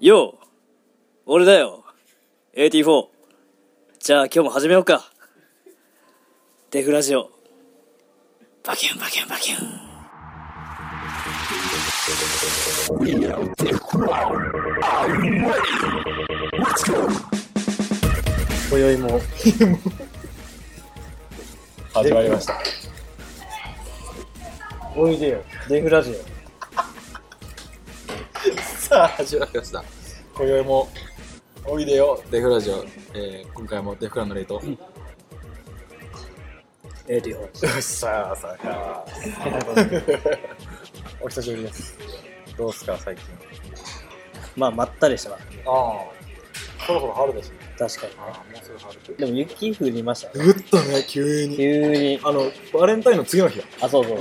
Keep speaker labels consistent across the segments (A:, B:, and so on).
A: よう俺だよ !AT4! じゃあ今日も始めようかデフラジオバキュンバキュンバキュン
B: 今宵も
C: 始まりました。
B: おいでよデフラジオ
C: さあ、始まりました。今宵も、おいでよ、デフラジオ。えー、今回もデフラのレート。
B: AT4
C: さあ、さあ、お久しぶりです。どうっすか、最近。
B: まあまったりしたな
C: ああ、そろそろ春ですね。
B: 確かに
C: ああ、もうすぐ春。
B: でも雪降りましたね
C: ぐっとね、急に。
B: 急に
C: あの、バレンタインの次の日や。。
B: あそうそううん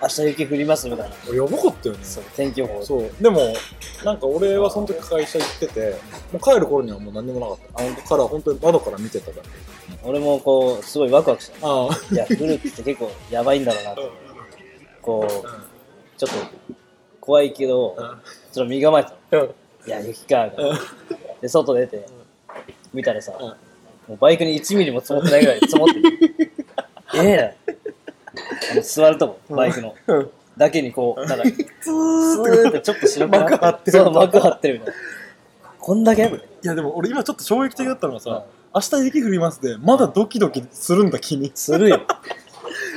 B: 明日雪降りますみたいな
C: やばかったよね。
B: そう天気予報
C: そう。でも、なんか俺はその時会社行ってて、もう帰る頃にはもう何にもなかった。あの、から本当に窓から見てただけ。
B: 俺もこうすごいワクワクし
C: あ
B: たいや降るって結構やばいんだろうなとこう
C: あ。
B: ちょっと怖いけどちょっと身構えてたの
C: うん。
B: いや雪かみたいなで外出て見たらさ
C: うん
B: もうバイクに1ミリも積もってないぐらい積もってる ええあの座るとこバイクの
C: うん
B: だけにこうなんか
C: ずー
B: スーってちょっと白く
C: 幕張
B: な
C: っ
B: っててる。
C: る
B: そう、幕張ってるみたいな。こんだけみたい
C: いやでも俺今ちょっと衝撃的だったのが
B: な
C: さ、明日雪降りますで、まだドキドキするんだ君。
B: するよ。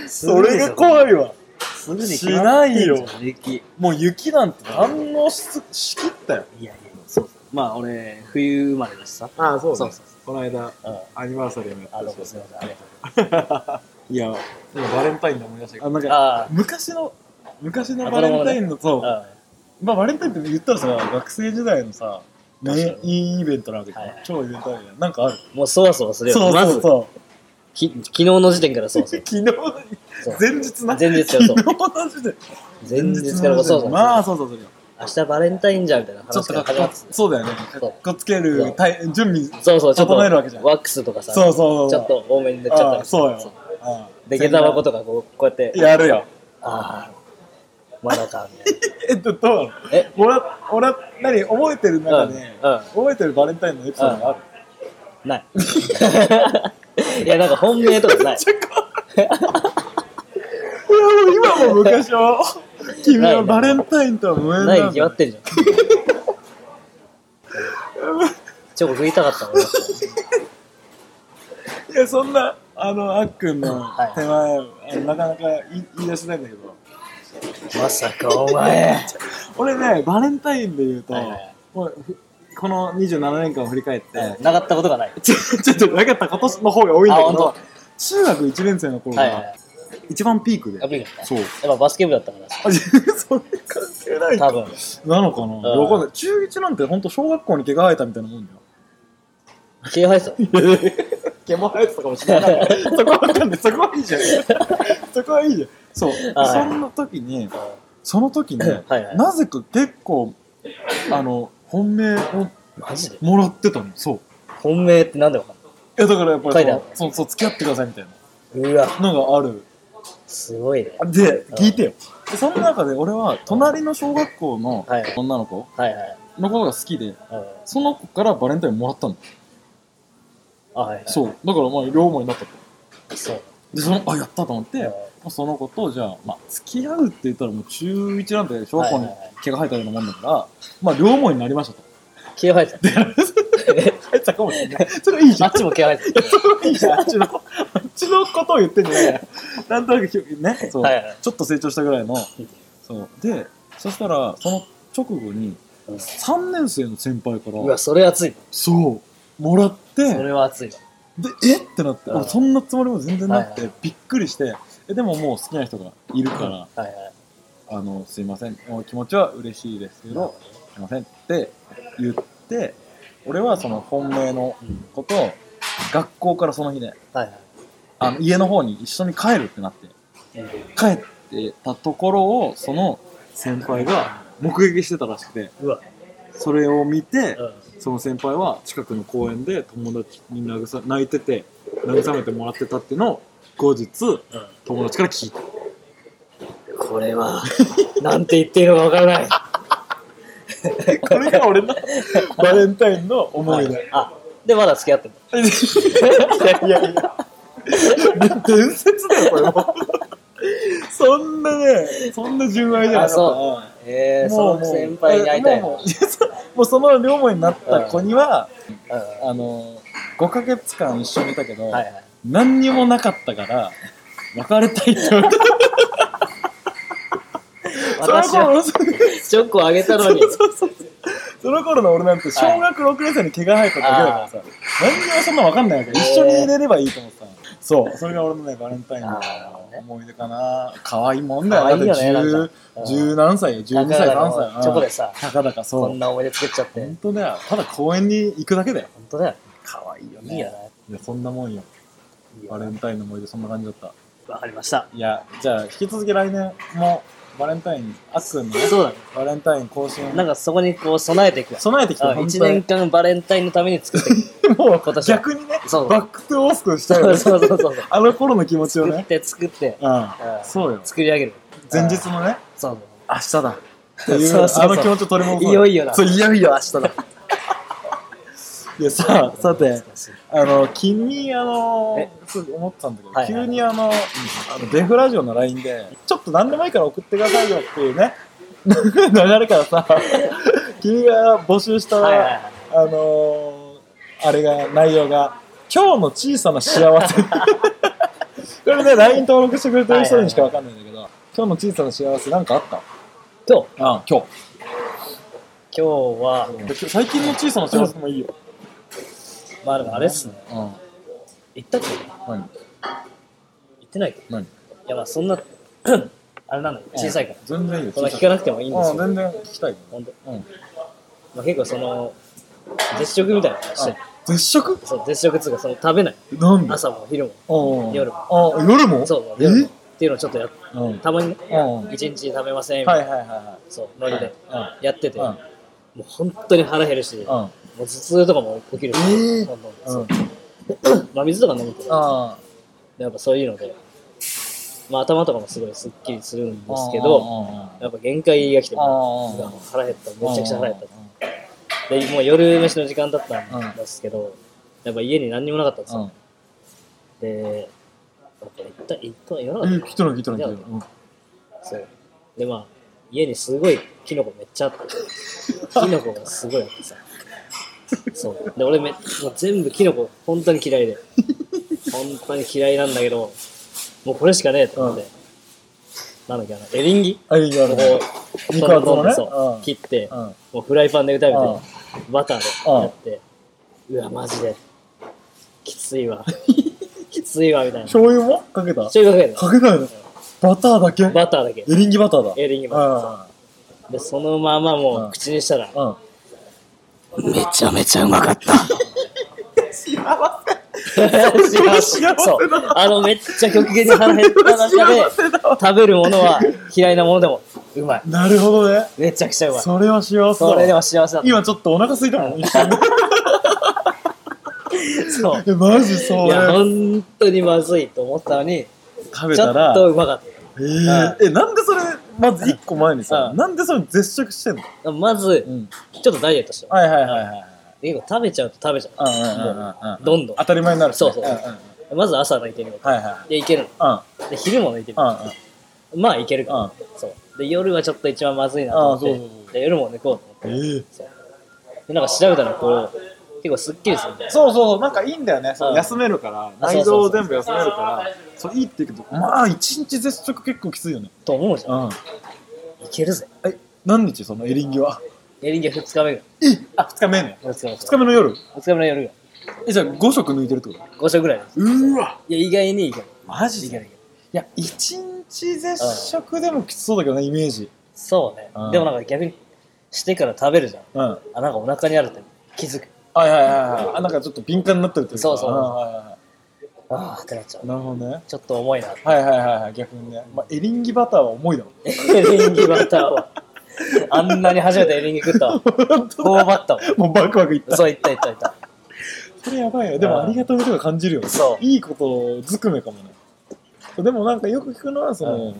B: する
C: それが怖い
B: よ。
C: わ。
B: するに決まってんじゃん
C: しな。
B: 雪。い
C: もう雪なんて堪能しつしきったよ。
B: やいや、そうそう。まあ俺、冬生まれだしさ。
C: ああ、そう
B: だ
C: そうそう。この間、
B: うん。
C: アニバーサリーもや
B: あ、ど
C: っ
B: うも
C: たし
B: すいません。ありがとう
C: いや、今バレンタインで思い出したけど。あなん
B: ござい
C: か
B: ます。
C: 昔の、昔の
B: あ
C: バレンタインの、
B: あ
C: そう、
B: あ、
C: まあバレンタインって言ったらさ、学生時代のさ、メ
B: 確か
C: イ
B: に
C: ンイベントなわけじゃん
B: はいはい
C: 超イベントあるじゃん。なんかある。
B: うん。もうそわそわするよ。
C: そう
B: ま
C: そう
B: ず、
C: そう。
B: き昨日の時点からそわそ
C: 昨
B: わ。
C: 日、
B: そう
C: 前日な。
B: 前日よそう
C: 昨日の時点。
B: 前日からもうそわそわ。
C: まあ、そうそうそう。
B: 明日バレンタインじゃんみたいな
C: ちょっ
B: 話
C: と
B: から
C: か
B: 始ま
C: か
B: ってた
C: そうだよね。かっこつけるたい準備。
B: そうそう、ちょっと
C: 整えるわけじゃん
B: ワックスとかさ、
C: そうそうそう。
B: ちょっと多めに塗っちゃった
C: あ
B: り
C: そうよ。あ
B: で、下駄箱とかこうこうやって、
C: やるよ。
B: ああ、まだか、みたい
C: えっと、どうなの
B: な。え、
C: 俺は、俺は、何、覚えてる中で、
B: うんうん
C: 覚えてるバレンタインのエピソードがある。
B: ない。い や、なんか本命とかない。
C: いや、もう今も 昔は、君
B: ないな
C: は
B: い
C: バレンタインとは無縁
B: ないに
C: なん
B: 決ま
C: だ
B: っ。てるじゃん。チョコ食いたかったもん。
C: いや、そんな、あの、あっくんの
B: はい
C: 手前、あのなかなか言い言い出せないんだけど、
B: まさかお前。
C: 俺ね、バレンタインで言うと、
B: はいはい
C: もうふこの27年間を振り返って、
B: なかったことがない。
C: ちょ ちょっとなかったことの方が多いんだけ
B: あ
C: ど
B: 本
C: 中学1年生の頃
B: はいはいはい
C: が。一番ピークで、
B: アピールだった。
C: そう
B: やっぱバスケ部だったからさ
C: あじゃあそれ関係ない
B: 多
C: か
B: 分。
C: なのかな
B: うん
C: わかんない中1なんて本当小学校に毛が生えたみたいなもんだよ
B: 気配 さ。
C: 毛も生えてたかもしれないそこはわかんないそこはいいじゃんそこはいいじゃんそう
B: はい
C: そんな時にその時に
B: はいはい
C: なぜか結構あの本命を
B: マジで
C: もらってたのそう
B: 本命ってなんでわかん
C: いやだからやっぱ
B: 書
C: り
B: いてある
C: そのそうそう付き合ってくださいみたい
B: ない。うわ、
C: なのがある
B: すごいね。
C: で、
B: うん
C: 聞いてよ。で、その中で俺は、隣の小学校の
B: はい
C: 女の子
B: はいはい。
C: のことが好きで、
B: うん
C: その子からバレンタインもらったの。
B: あ、はいはい。
C: そう。だからまあ、両思いになったと。
B: う。そう。
C: で、その、あ、やったと思って、
B: うん
C: まあその子と、じゃあ、まあ、付き合うって言ったらもう中1なんて小学校に
B: はいはいはい
C: 毛が生えたようなもんだから、まあ、両思いになりましたと。
B: 気配さ。
C: 生えてたかもしれない。 それいいじ
B: あ
C: ゃん
B: っ。ちも気配さ。
C: それいいじゃん。あっちの、あっちのことを言ってんじゃないから。 なんとなくひゅ、ね、そう、
B: はいはい
C: ちょっと成長したぐらいの、そう。で、そしたら、その直後に、3年生の先輩か
B: う
C: ら
B: わ、それ熱い。
C: そうもらって
B: それは熱いわ。
C: でえってなって
B: うん
C: 俺そんなつもりも全然なくて、
B: はいは
C: びっくりしてえでももう好きな人がいるから、
B: はいはい。
C: あのすいませんお気持ちは嬉しいですけど、すいませんって言って俺はその本命の
B: うん
C: 子と学校からその日ね
B: はいはい。
C: あの家の方に一緒に帰るってなって帰ってたところをその先輩が目撃してたらしくて
B: うわ、
C: それを見て、
B: うん。
C: その先輩は近くの公園で友達に慰泣いてて慰めてもらってたっていうのを後日友達から聞いた
B: これは、なんて言っていいのかわからない。
C: これが俺のバレンタインの思い出。い
B: あ、で、まだ付き合ってんの。
C: やいやいや。伝説だよ、これも。そんなね、そんな純愛じゃなかった
B: あそえー、その先輩に会いたい
C: も
B: の。
C: うもういやそもうその両思いになった子には、あの、5ヶ月間一緒にいたけど、
B: うんはいはい。
C: 何にもなかったから、別れたいって言われ た。
B: 私
C: その
B: は
C: 頃そう
B: チョコあげたのに。
C: そうそうその頃の俺なんて小学6年生に毛が生えただけだからさ、何にもそんな分かんないわけ一緒に入れればいいと思ってたのそうそれが俺のねバレンタインの思い出かな可愛いもんだよ
B: 可愛いよね
C: だって
B: なんか
C: 10十何歳よ12歳
B: だから
C: 3歳うん
B: チョコでさ
C: たかだかそ
B: こ
C: うん
B: な思い出作っちゃって。
C: 本当だよただ公園に行くだけだよ
B: 本当だよ。
C: 可愛いよ
B: いいよね。
C: いやそんなもんよ
B: いいよ
C: バレンタインの思い出そんな感じだった
B: わかりました。
C: いやじゃあ引き続き来年もバレンタインあっくんのね
B: そうだね。
C: バレンタイン更新
B: なんかそこにこう備えていくわ。
C: 備えてきた
B: うん一年間バレンタインのために作っていく。
C: もう
B: 今年は
C: 逆にね
B: そう
C: バックトゥオースクしたい
B: そ
C: よ
B: う
C: ね
B: そうそうそう。
C: あの頃の気持ち を
B: 作っ
C: ね
B: て作って、
C: う ん
B: うん
C: そうよ
B: 作り上げる。
C: 前日のね
B: そうそう。
C: 明日だって い
B: そうそう
C: うあ
B: そう
C: の気持ちを取り戻そう
B: いよいよだ
C: そういよいよ明日だいやさあさて
B: 懐かしい
C: あの君あの
B: え
C: そう思ってたんだけど、
B: はいはい
C: 急にあのあのデフラジオの LINE でちょっと何でもいいから送ってくださいよっていうね 流れか らさ君が募集した、
B: はいはいはい。
C: あのー、あれが、内容が、今日の小さな幸せ。 これね、LINE 登録してくれてる人にしかわかんないんだけど、今日の小さな幸せなんかあった
B: 今日、
C: あ今
B: 今日は、
C: 日。最近の小さな幸せでもいいよ。
B: まあでもあれっすね。
C: うん。
B: 行ったっけ
C: 何
B: 行ってないっけ
C: 何
B: いやまあそんな、 あれなのよ。小さいから。
C: 全然いいよ。
B: そんな聞か
C: な
B: なくてもいいんですよ。
C: 全然聞きたいよ。
B: ほんと
C: うん。
B: まあ、結構その、絶食みたいなのしてる。
C: 絶食
B: そう、絶食っつうか、その食べない。
C: なんで
B: 朝も昼も。
C: うん
B: 夜
C: あ、夜も
B: そう、
C: え
B: 夜も。っていうのをちょっとやっ
C: うん。うん。
B: たまにね、
C: はい
B: 一日食べません、みた
C: はいい
B: な
C: はいは
B: そう、
C: い。
B: ノリで
C: うん
B: やってて、
C: うん
B: もう本当に腹減るし、もう
C: う
B: 頭
C: ん。
B: 痛とかも起きるし、
C: えー
B: どんどん
C: う
B: そ
C: ん
B: う。まあ水とか飲むとね、
C: あ
B: やっぱそういうので、まあ頭とかもすごいスッキリするん
C: ー
B: ですけど、
C: あ
B: やっぱ限界が来て、
C: ーあー。
B: 腹減った、めちゃくちゃ腹減った。
C: た。
B: でもう夜飯の時間だったんですけど、やっぱ家に何にもなかったんです
C: う
B: よ、
C: ん。
B: でやっぱ一旦一旦夜な
C: え
B: かっ
C: 来てない来てない来てない。うん
B: たそうでまあ家にすごいキノコめっちゃあってキノコがすごいあってさそうで俺めもう全部キノコ本当に嫌いで本当に嫌いなんだけどもうこれしかねえと思って、なんだっけあのエリンギ
C: あ、いいよ、あ
B: こ
C: れ。
B: う
C: 肉
B: ト
C: 厚
B: ン
C: の
B: トン
C: ね
B: でそう、
C: うん
B: 切って、
C: うん。
B: もうフライパンで炒めて、
C: うん
B: バターでやって、うわ、マジで、きつい わ、きついわ、みたいな。醤
C: 醤油もかけたか
B: 油かけ
C: けないのバターだけ
B: たバターだけ。
C: エリンギバターだ。
B: エリンギバターで、そのままもう口にしたら、
C: うん。うん。
A: めちゃめちゃうまか った。
B: 幸
C: 幸せ
B: せ
C: だ
B: そう。あの、めっちゃ極限に腹減った中で、食べるものは嫌いなものでも、うまい。
C: なるほどね。
B: めちゃくちゃうまい。
C: それは幸せだ
B: それで
C: わ。
B: は幸せだっ
C: 今ちょっとお腹空いたもん。一瞬
B: た。そう。
C: えマジそ
B: いや、
C: れ。
B: 本当にまずいと思ったのに、
C: 食べ
B: ち
C: た
B: ょっ
C: ら。
B: とうまかった。
C: えーえ、なんでそれ、まず一個前にさ
B: う、ん
C: なんでそれ絶食してんの
B: まず、
C: ん。
B: ちょっとダイエットして
C: はいはいはいはい。
B: 結構食べちゃうと食べちゃ
C: うんうんうんうん。
B: どんどん
C: 当たり前になる。
B: そうそう
C: うんんんは
B: う。まず朝抜いてみよう
C: いは
B: で、いける
C: い。うん。
B: の。で、昼も抜いてみ
C: う
B: よ
C: んうん。
B: う。まあ、いける
C: うん
B: か。そう。で、夜はちょっと一番まずいなと思って。
C: あそうそうそう
B: で、夜も抜こうと思って。
C: えー
B: で、なんか調べたら、こう、結構すっきりするんだよ。
C: そうそうそう、なんかいいんだよね、そう
B: うん
C: 休めるから、
B: あ
C: 内臓
B: そう
C: を
B: そう
C: 全部休めるから、そういいって言うけど、まあ、一日絶食結構きついよね。
B: と思うじゃん。い
C: うん。
B: けるぜ。
C: え、何日そのエリンギは
B: エリンギは2日目が。
C: えあ、二日目ね。
B: 2日目。
C: 二日目の夜。
B: 二日目の夜が。
C: え、じゃあ5食抜いてるってこと
B: 5食ぐらいです。
C: うーわ
B: いや、意外にいける。
C: マ
B: い
C: ジ
B: ける
C: で
B: いける。
C: いや、一日絶食でもきつそうだけどね、イメージ。
B: そうね
C: うん。
B: でもなんか逆に、してから食べるじゃん。
C: うん。はい
B: あ、なんかお腹にあるって気づく。
C: はいはいはい。あ、なんかちょっと敏感になってるっていうか。
B: そうそうそうん
C: はいは
B: あーってなっちゃ。
C: いうなるほどね。
B: ちょっと重 いな。
C: はいはいはいはい、逆にね。まあ、エリンギバターは重いだろ。
B: エリンギバターは。あんなに初めてエリンギ食ったわ。頬張ったわ。
C: もうバクバクいった。
B: そう、いったいったいった。
C: それやばいよ。でも
B: うん
C: ありがたみとか感じるよね。
B: そう
C: いいことずくめかもね。でもなんかよく聞くのは、その、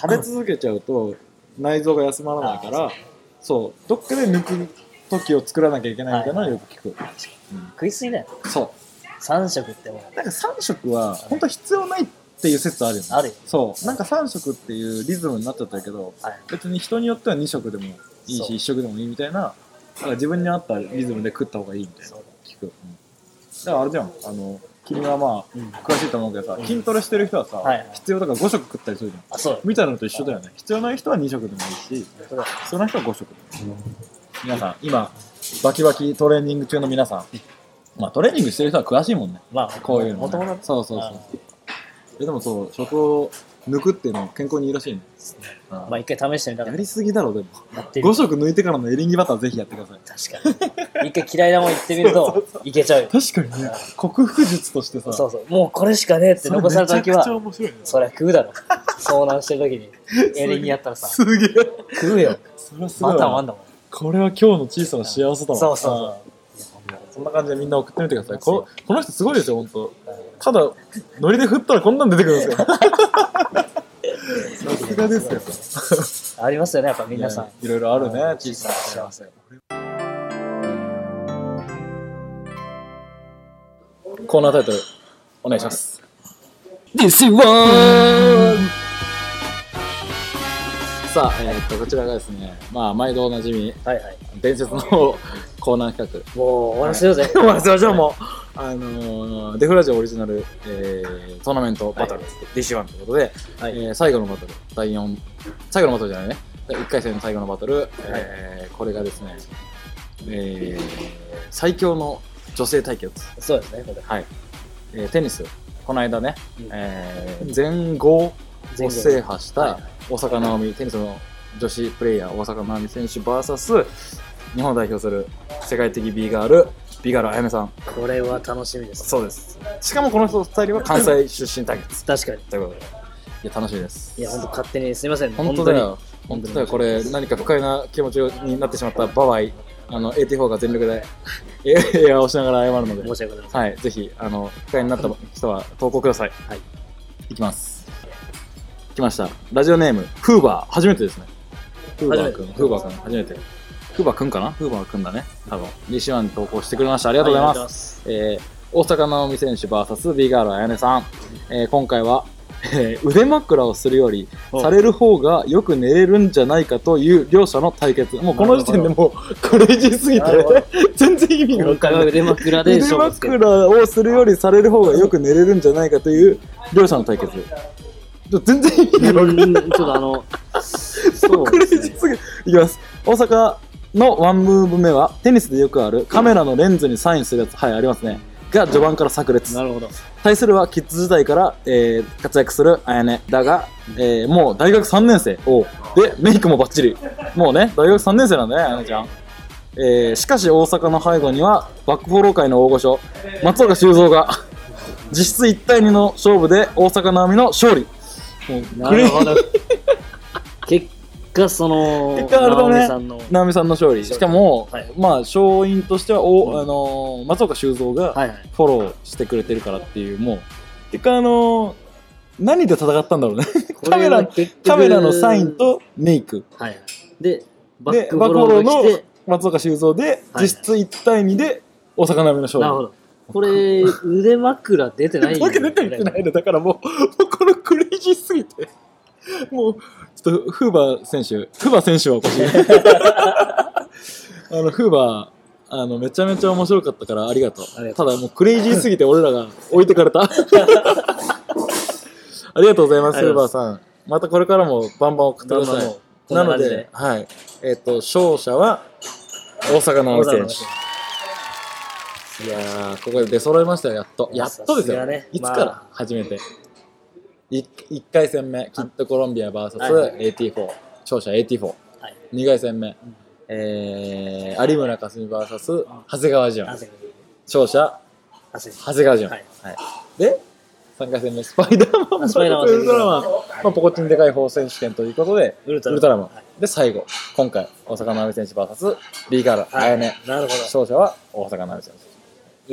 C: 食べ続けちゃうと内臓が休まらないから、そう、どっかで抜く時を作らなきゃいけないみたいなのをよく聞く。
B: 食いすぎだよ。
C: そう。
B: 3食っても
C: なんか3食は本当は必要ないっていう説あるよね。
B: あるよ
C: そう。なんか3食っていうリズムになっちゃったけど、
B: はい
C: 別に人によっては2食でもいい
B: そう
C: し、1食でもいいみたいな、なんか自分に合ったリズムで食った方がいいみたいな
B: そう。
C: 聞く。うんだからあれじゃん、あの、君はまあ、
B: うん
C: 詳しいと思うけどさ、筋トレしてる人はさ、
B: はいはい
C: 必要だから5食食ったりするじゃん。
B: あそう
C: みたいなのと一緒だよね。必要ない人は2食でもいいし、
B: だよ
C: 必要な人は5食。皆さん、今、バキバキトレーニング中の皆さん、まあトレーニングしてる人は詳しいもんね。
B: まあ
C: こういうの、ね。
B: もともと
C: そうそうそう。えでもそう、食を抜くっていうのは健康にいいらしいね。あ
B: まあ一回試してみたか
C: や
B: ら
C: りすぎだろ、でも。
B: やってみ
C: 5
B: る
C: 食抜いてからのエリンギバターぜひやってください。
B: 確かに一回嫌いなもん言ってみる
C: そう
B: といけちゃうよ
C: 確かにね、克服術としてさ、
B: そうそうもうこれしかねえって残された時
C: めちゃくちゃ
B: は
C: 面白いね。
B: そりゃ食うだろ遭難してる 時にエリンギやったらさ
C: すげえ。
B: 食うよ
C: それはすごい
B: バタ
C: わ。
B: ーもあんだもん
C: これは今日の小さな幸せだ
B: そう
C: わ。
B: そうそう
C: あーそんな感じでみんな送ってみてください。このこの人すごいですよ、ほんと。ただ、ノリで振ったらこんなん出てくるん ですよ。さすがですよ。
B: ありますよねやっぱ皆さん
C: いやいろいろあるね、小
B: 小
C: さ
B: さ
C: な
B: な幸
C: 幸せ
B: せ。
C: コーナータイトル、お願いします。
B: This one
C: さあ、えーっと、こちらがですね、まあ、毎度おなじみ、
B: はいはい
C: 伝説の コーナー企画。
B: もう終わらせようぜ
C: 終わら せましょう、もう。あのーデフラジオオリジナル、えートーナメントバトル、
B: は
C: DC1 ということで、
B: はい
C: えー最後のバトル、第4、最後のバトルじゃないね。1回戦の最後のバトル、えーこれがですね、えー最強の女性対決。
B: そうですねこれ
C: はい、えーテニス、この間ね、
B: うん
C: えー全豪を
B: 全豪
C: 制覇し
B: はい
C: た
B: はい
C: 大坂なおみ、テニスの女子プレイヤー、大坂なおみ選手 VS 日本を代表する世界的 B ガール、B ガールあやめさん、
B: これは楽しみです
C: そうです。しかもこの人2人は関西出身対決
B: 確かに
C: ということで、いや、楽しみです。
B: いや本当勝手にすいません
C: 本当だよ。本
B: 本
C: 当
B: 当に
C: だよ。これ、何か不快な気持ちになってしまった場合、あの、AT4 が全力で、 エアをしながら謝るの
B: 本当。
C: で
B: に申し訳ございません
C: はい、ぜひ、あの、不快になった人は投稿ください。
B: はい。
C: いきます。来ました。ラジオネーム、フーバー、初めてですね。フーバーく
B: 初
C: ん、
B: めて
C: フーバーくん、初めて。フーバーくんかなフーバーくんだね。多分。西ワン投稿してくれました。ありがとうございます。
B: す
C: えー、大坂なおみ選手 VS ビーガールあやねさん。えー、今回は、えー腕枕をするより
B: お
C: される方がよく寝れるんじゃないかという両者の対決もうこの時点でもうクレイジーすぎて
B: なるほど
C: 全 然意味
B: 今
C: が分か
B: 回
C: らな
B: はい腕枕で
C: 腕
B: 勝負つける
C: 枕をするよりされる方がよく寝れるんじゃないかという両者の対決全然意味が分かん
B: うんちょっとあの
C: ないクレイジーすぎるいきます大阪のワンムーブ目はテニスでよくあるカメラのレンズにサインするやつはいありますねが序盤から炸裂
B: なるほど
C: 対するはキッズ時代から、えー活躍するあやねだが、えーもう大学3年生おうでメイクもバッチリもうね大学3年生なんだねあやねちゃん、えーしかし大阪の背後にはバックフォロー界の大御所松岡修造が 実質1対2の勝負で大阪なおみの勝利
B: なるほど。結果、その、
C: 結果あれだ
B: ナ
C: ね
B: オミさんの。
C: なおみさんの勝利しかも、
B: はい
C: まあ勝因としてはお、
B: うん
C: あのー松岡修造
B: は
C: が
B: いはい。
C: フォローしてくれてるからっていうもう結果あのー何で戦ったんだろうねカメラ
B: これは結局
C: カメラのサイン。とメイク。
B: はいはい。で、バッ
C: で、
B: クボ
C: バ
B: ー
C: コロ
B: ルが来
C: の
B: て、
C: 松岡修造で、
B: はい
C: 実質1対2で、大阪並みの勝利。
B: なるほど。これ、腕枕出てない
C: わけ出てきてない
B: こ
C: の。だからもう、もうこのクレイジーすぎて。もう、ちょっと、フーバー選手、フーバー選手はおかしい。あの、フーバー、あの、めちゃめちゃ面白かったからありがと
B: あり
C: う。
B: が
C: た
B: とう
C: だもうクレイジーすぎて俺らが置いてかれた。 ありがとうございます、
B: あ
C: フ
B: りがとう
C: ーバー
B: ご
C: さん。またこれからもバンバン送って
B: れ
C: くだ
B: まあまあも。
C: さいう
B: こん
C: な
B: な
C: の
B: 感じ
C: で、はい。えっ、と、勝者は、大阪の青
B: 小田
C: 選
B: の
C: 手。いやー、ここで出揃いましたよ、やっと。やっと
B: さ
C: です
B: す
C: よ。
B: がね
C: いつから、
B: ま
C: 初めて。い1回戦目、キットコロンビア VSAT4、
B: はいはい
C: AT4 勝者 AT4。
B: はい
C: 2回戦目、
B: ん
C: えー、有村架純 VS 長谷川潤
B: あ。せ
C: 勝者、
B: あせ
C: 長谷川潤。
B: はい
C: で、3回戦目、スパイダーマン。
B: スパイダーマン
C: ウルトラマン。まあ、ポコチンでかい方選手権ということで、
B: ウルト
C: ウ
B: ラ
C: ルトラマン
B: はい。
C: で、最後、今回、大阪なおみ選手 VS、リーガール、あやね。
B: なるほど。
C: 勝者は大阪なおみ選手。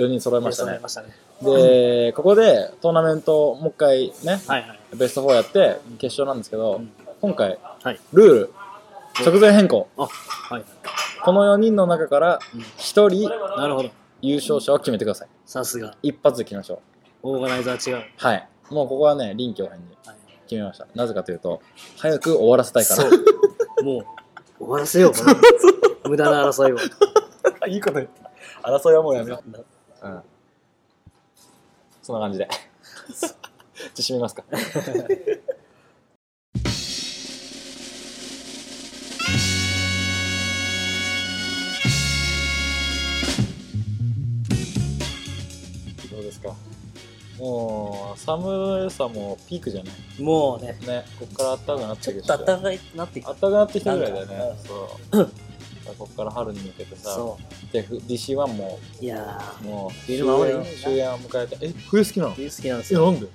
C: 4人揃いました
B: そうな
C: ね
B: り。ましたね。
C: で、ここでトーナメントをもう一回ね、
B: はいはい。
C: ベスト4やって、決勝なんですけど
B: ん、
C: 今回、
B: はい。
C: ルール、直前変更
B: あ、はい。
C: この4人の中から1人
B: なるほど。
C: 優勝者を決めてくださ
B: さすが。
C: い一発で決めましょう
B: オーガナイザー違う。
C: はいもうここはね臨機応変に
B: はい
C: 決めましたなぜかというと早く終わらせたいから
B: そう。もう、終わらせよう、この無駄な争いを。
C: いいこと言った。争いはもうやめよう。うん。そんな感 じで。じゃあ閉めますか。どうですか。もう寒さもピークじゃない。
B: もうね、
C: ね、こっから暖かくなっ
B: ち
C: て
B: ょ
C: き。
B: ってと暖かいなってき
C: 暖
B: た。
C: かくなってきたぐらいだよ
B: なんか
C: ね。そう。だからこっから春に向けてさ。
B: そ
C: で、ふ DC はもう
B: う。いや
C: もう
B: 冬のままでいいね
C: 終焉を迎えたえ冬好きなの
B: ー、冬好きなんです
C: え
B: よ。
C: なんで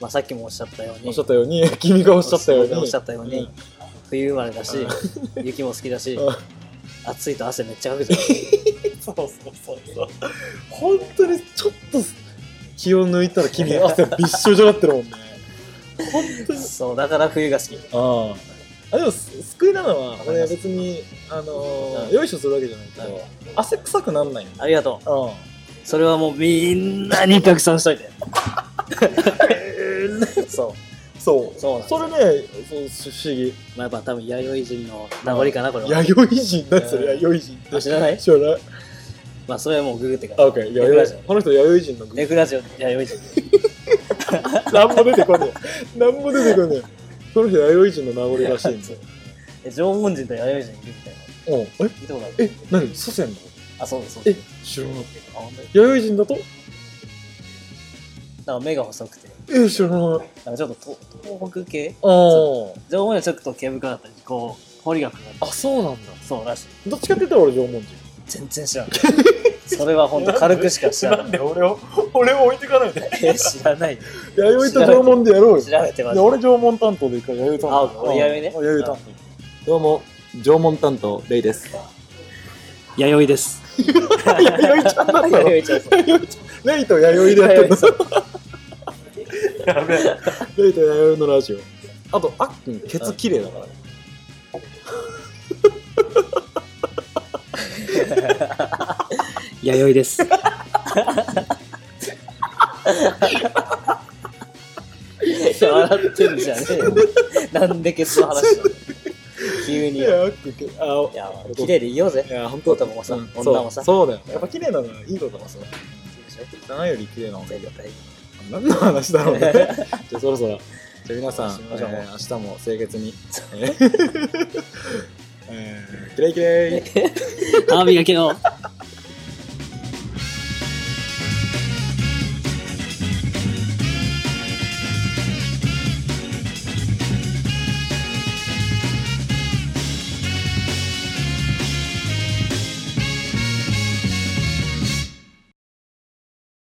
B: まあ、さっきもおっしゃったように。
C: おっしゃったように 君がおっしゃったように
B: 僕がおっしゃったように冬生まれだし、雪も好きだし
C: うん、
B: 暑いと汗めっちゃかくじゃん。
C: そうそうそうそう本当にちょっと気を抜いたら君汗びっしょじょってるもんね本当に
B: そう、だから冬が好き。
C: あああでもす救いなのは
B: わかり
C: 俺
B: ま
C: は
B: す
C: 別にあの
B: うん
C: ー、よいしょするわけじゃないけ
B: うん
C: ど汗臭くなんないの
B: ありがとう。
C: あ
B: それはもうみんなにたくさんしといて。そ
C: そう
B: そうなんです
C: それねそう不思議
B: う。まあやっぱ多分弥生人の名残かな、これは。
C: 弥生人だそれ
B: うん
C: 弥生人って
B: 知らない
C: 知らない
B: まあそれはもうググってか
C: あ
B: ら。
C: オッケー弥生人この人弥生人のグループ
B: ネクラジオ弥生人。
C: なんも出てこねえ。なんも出てこねえ。この人、弥生人の名残らしいんだよ。
B: え縄文人と弥生人いるみたいな。
C: うん。え
B: 見たことある
C: え、何祖先なの
B: あ、そうですそう
C: え
B: です。、
C: 知らなかっ
B: あ、ほんとに
C: た。弥生人だと
B: なんか目が細くて、
C: え、知らない。
B: なんかちょっとと東北系
C: あー
B: 縄文人はちょっと毛深かったり、こう、彫りがかかった
C: あ、そうなんだ。
B: り。そうらしい。
C: どっちかって言ったら俺、縄文人。
B: 全然知らないそれは本当軽くしか知らない
C: で俺を、俺を置いてかない で。
B: え知らないよ
C: 弥生と縄文でやろうよ。
B: 調べてます
C: で俺、縄文担当でいいから、弥生担
B: あ
C: 当。
B: 俺弥生ね
C: うん俺弥生担当。どうも、縄文担当、レイ です。
B: 弥生です
C: 弥生ちゃんだ ったの
B: 弥生ちゃんそう
C: レイと弥生でやってん
B: 弥生
C: だ
B: さん
C: やべえ。レイと弥生のラジオ。あと、あっくん、ケツ綺麗だからね。
A: 弥生です。
B: 笑ってんじゃねえよなんでケツの話なの急に
C: い
B: いや
C: や、あっくん、けあ、
B: 綺麗でいようぜ
C: いや、本当
B: 男もさ
C: うん
B: 女もさ
C: そうそうだよ。やっぱ綺麗なのはいいことだもん、それ。汚いより綺麗な方がいいよ。何の話だ ろうね。じゃあ、そろそろ。じゃあ、皆さん、
B: し
C: え
B: ましょう
C: ー明日も清潔に。 えーえー、キレイキレイ。
B: 歯磨きの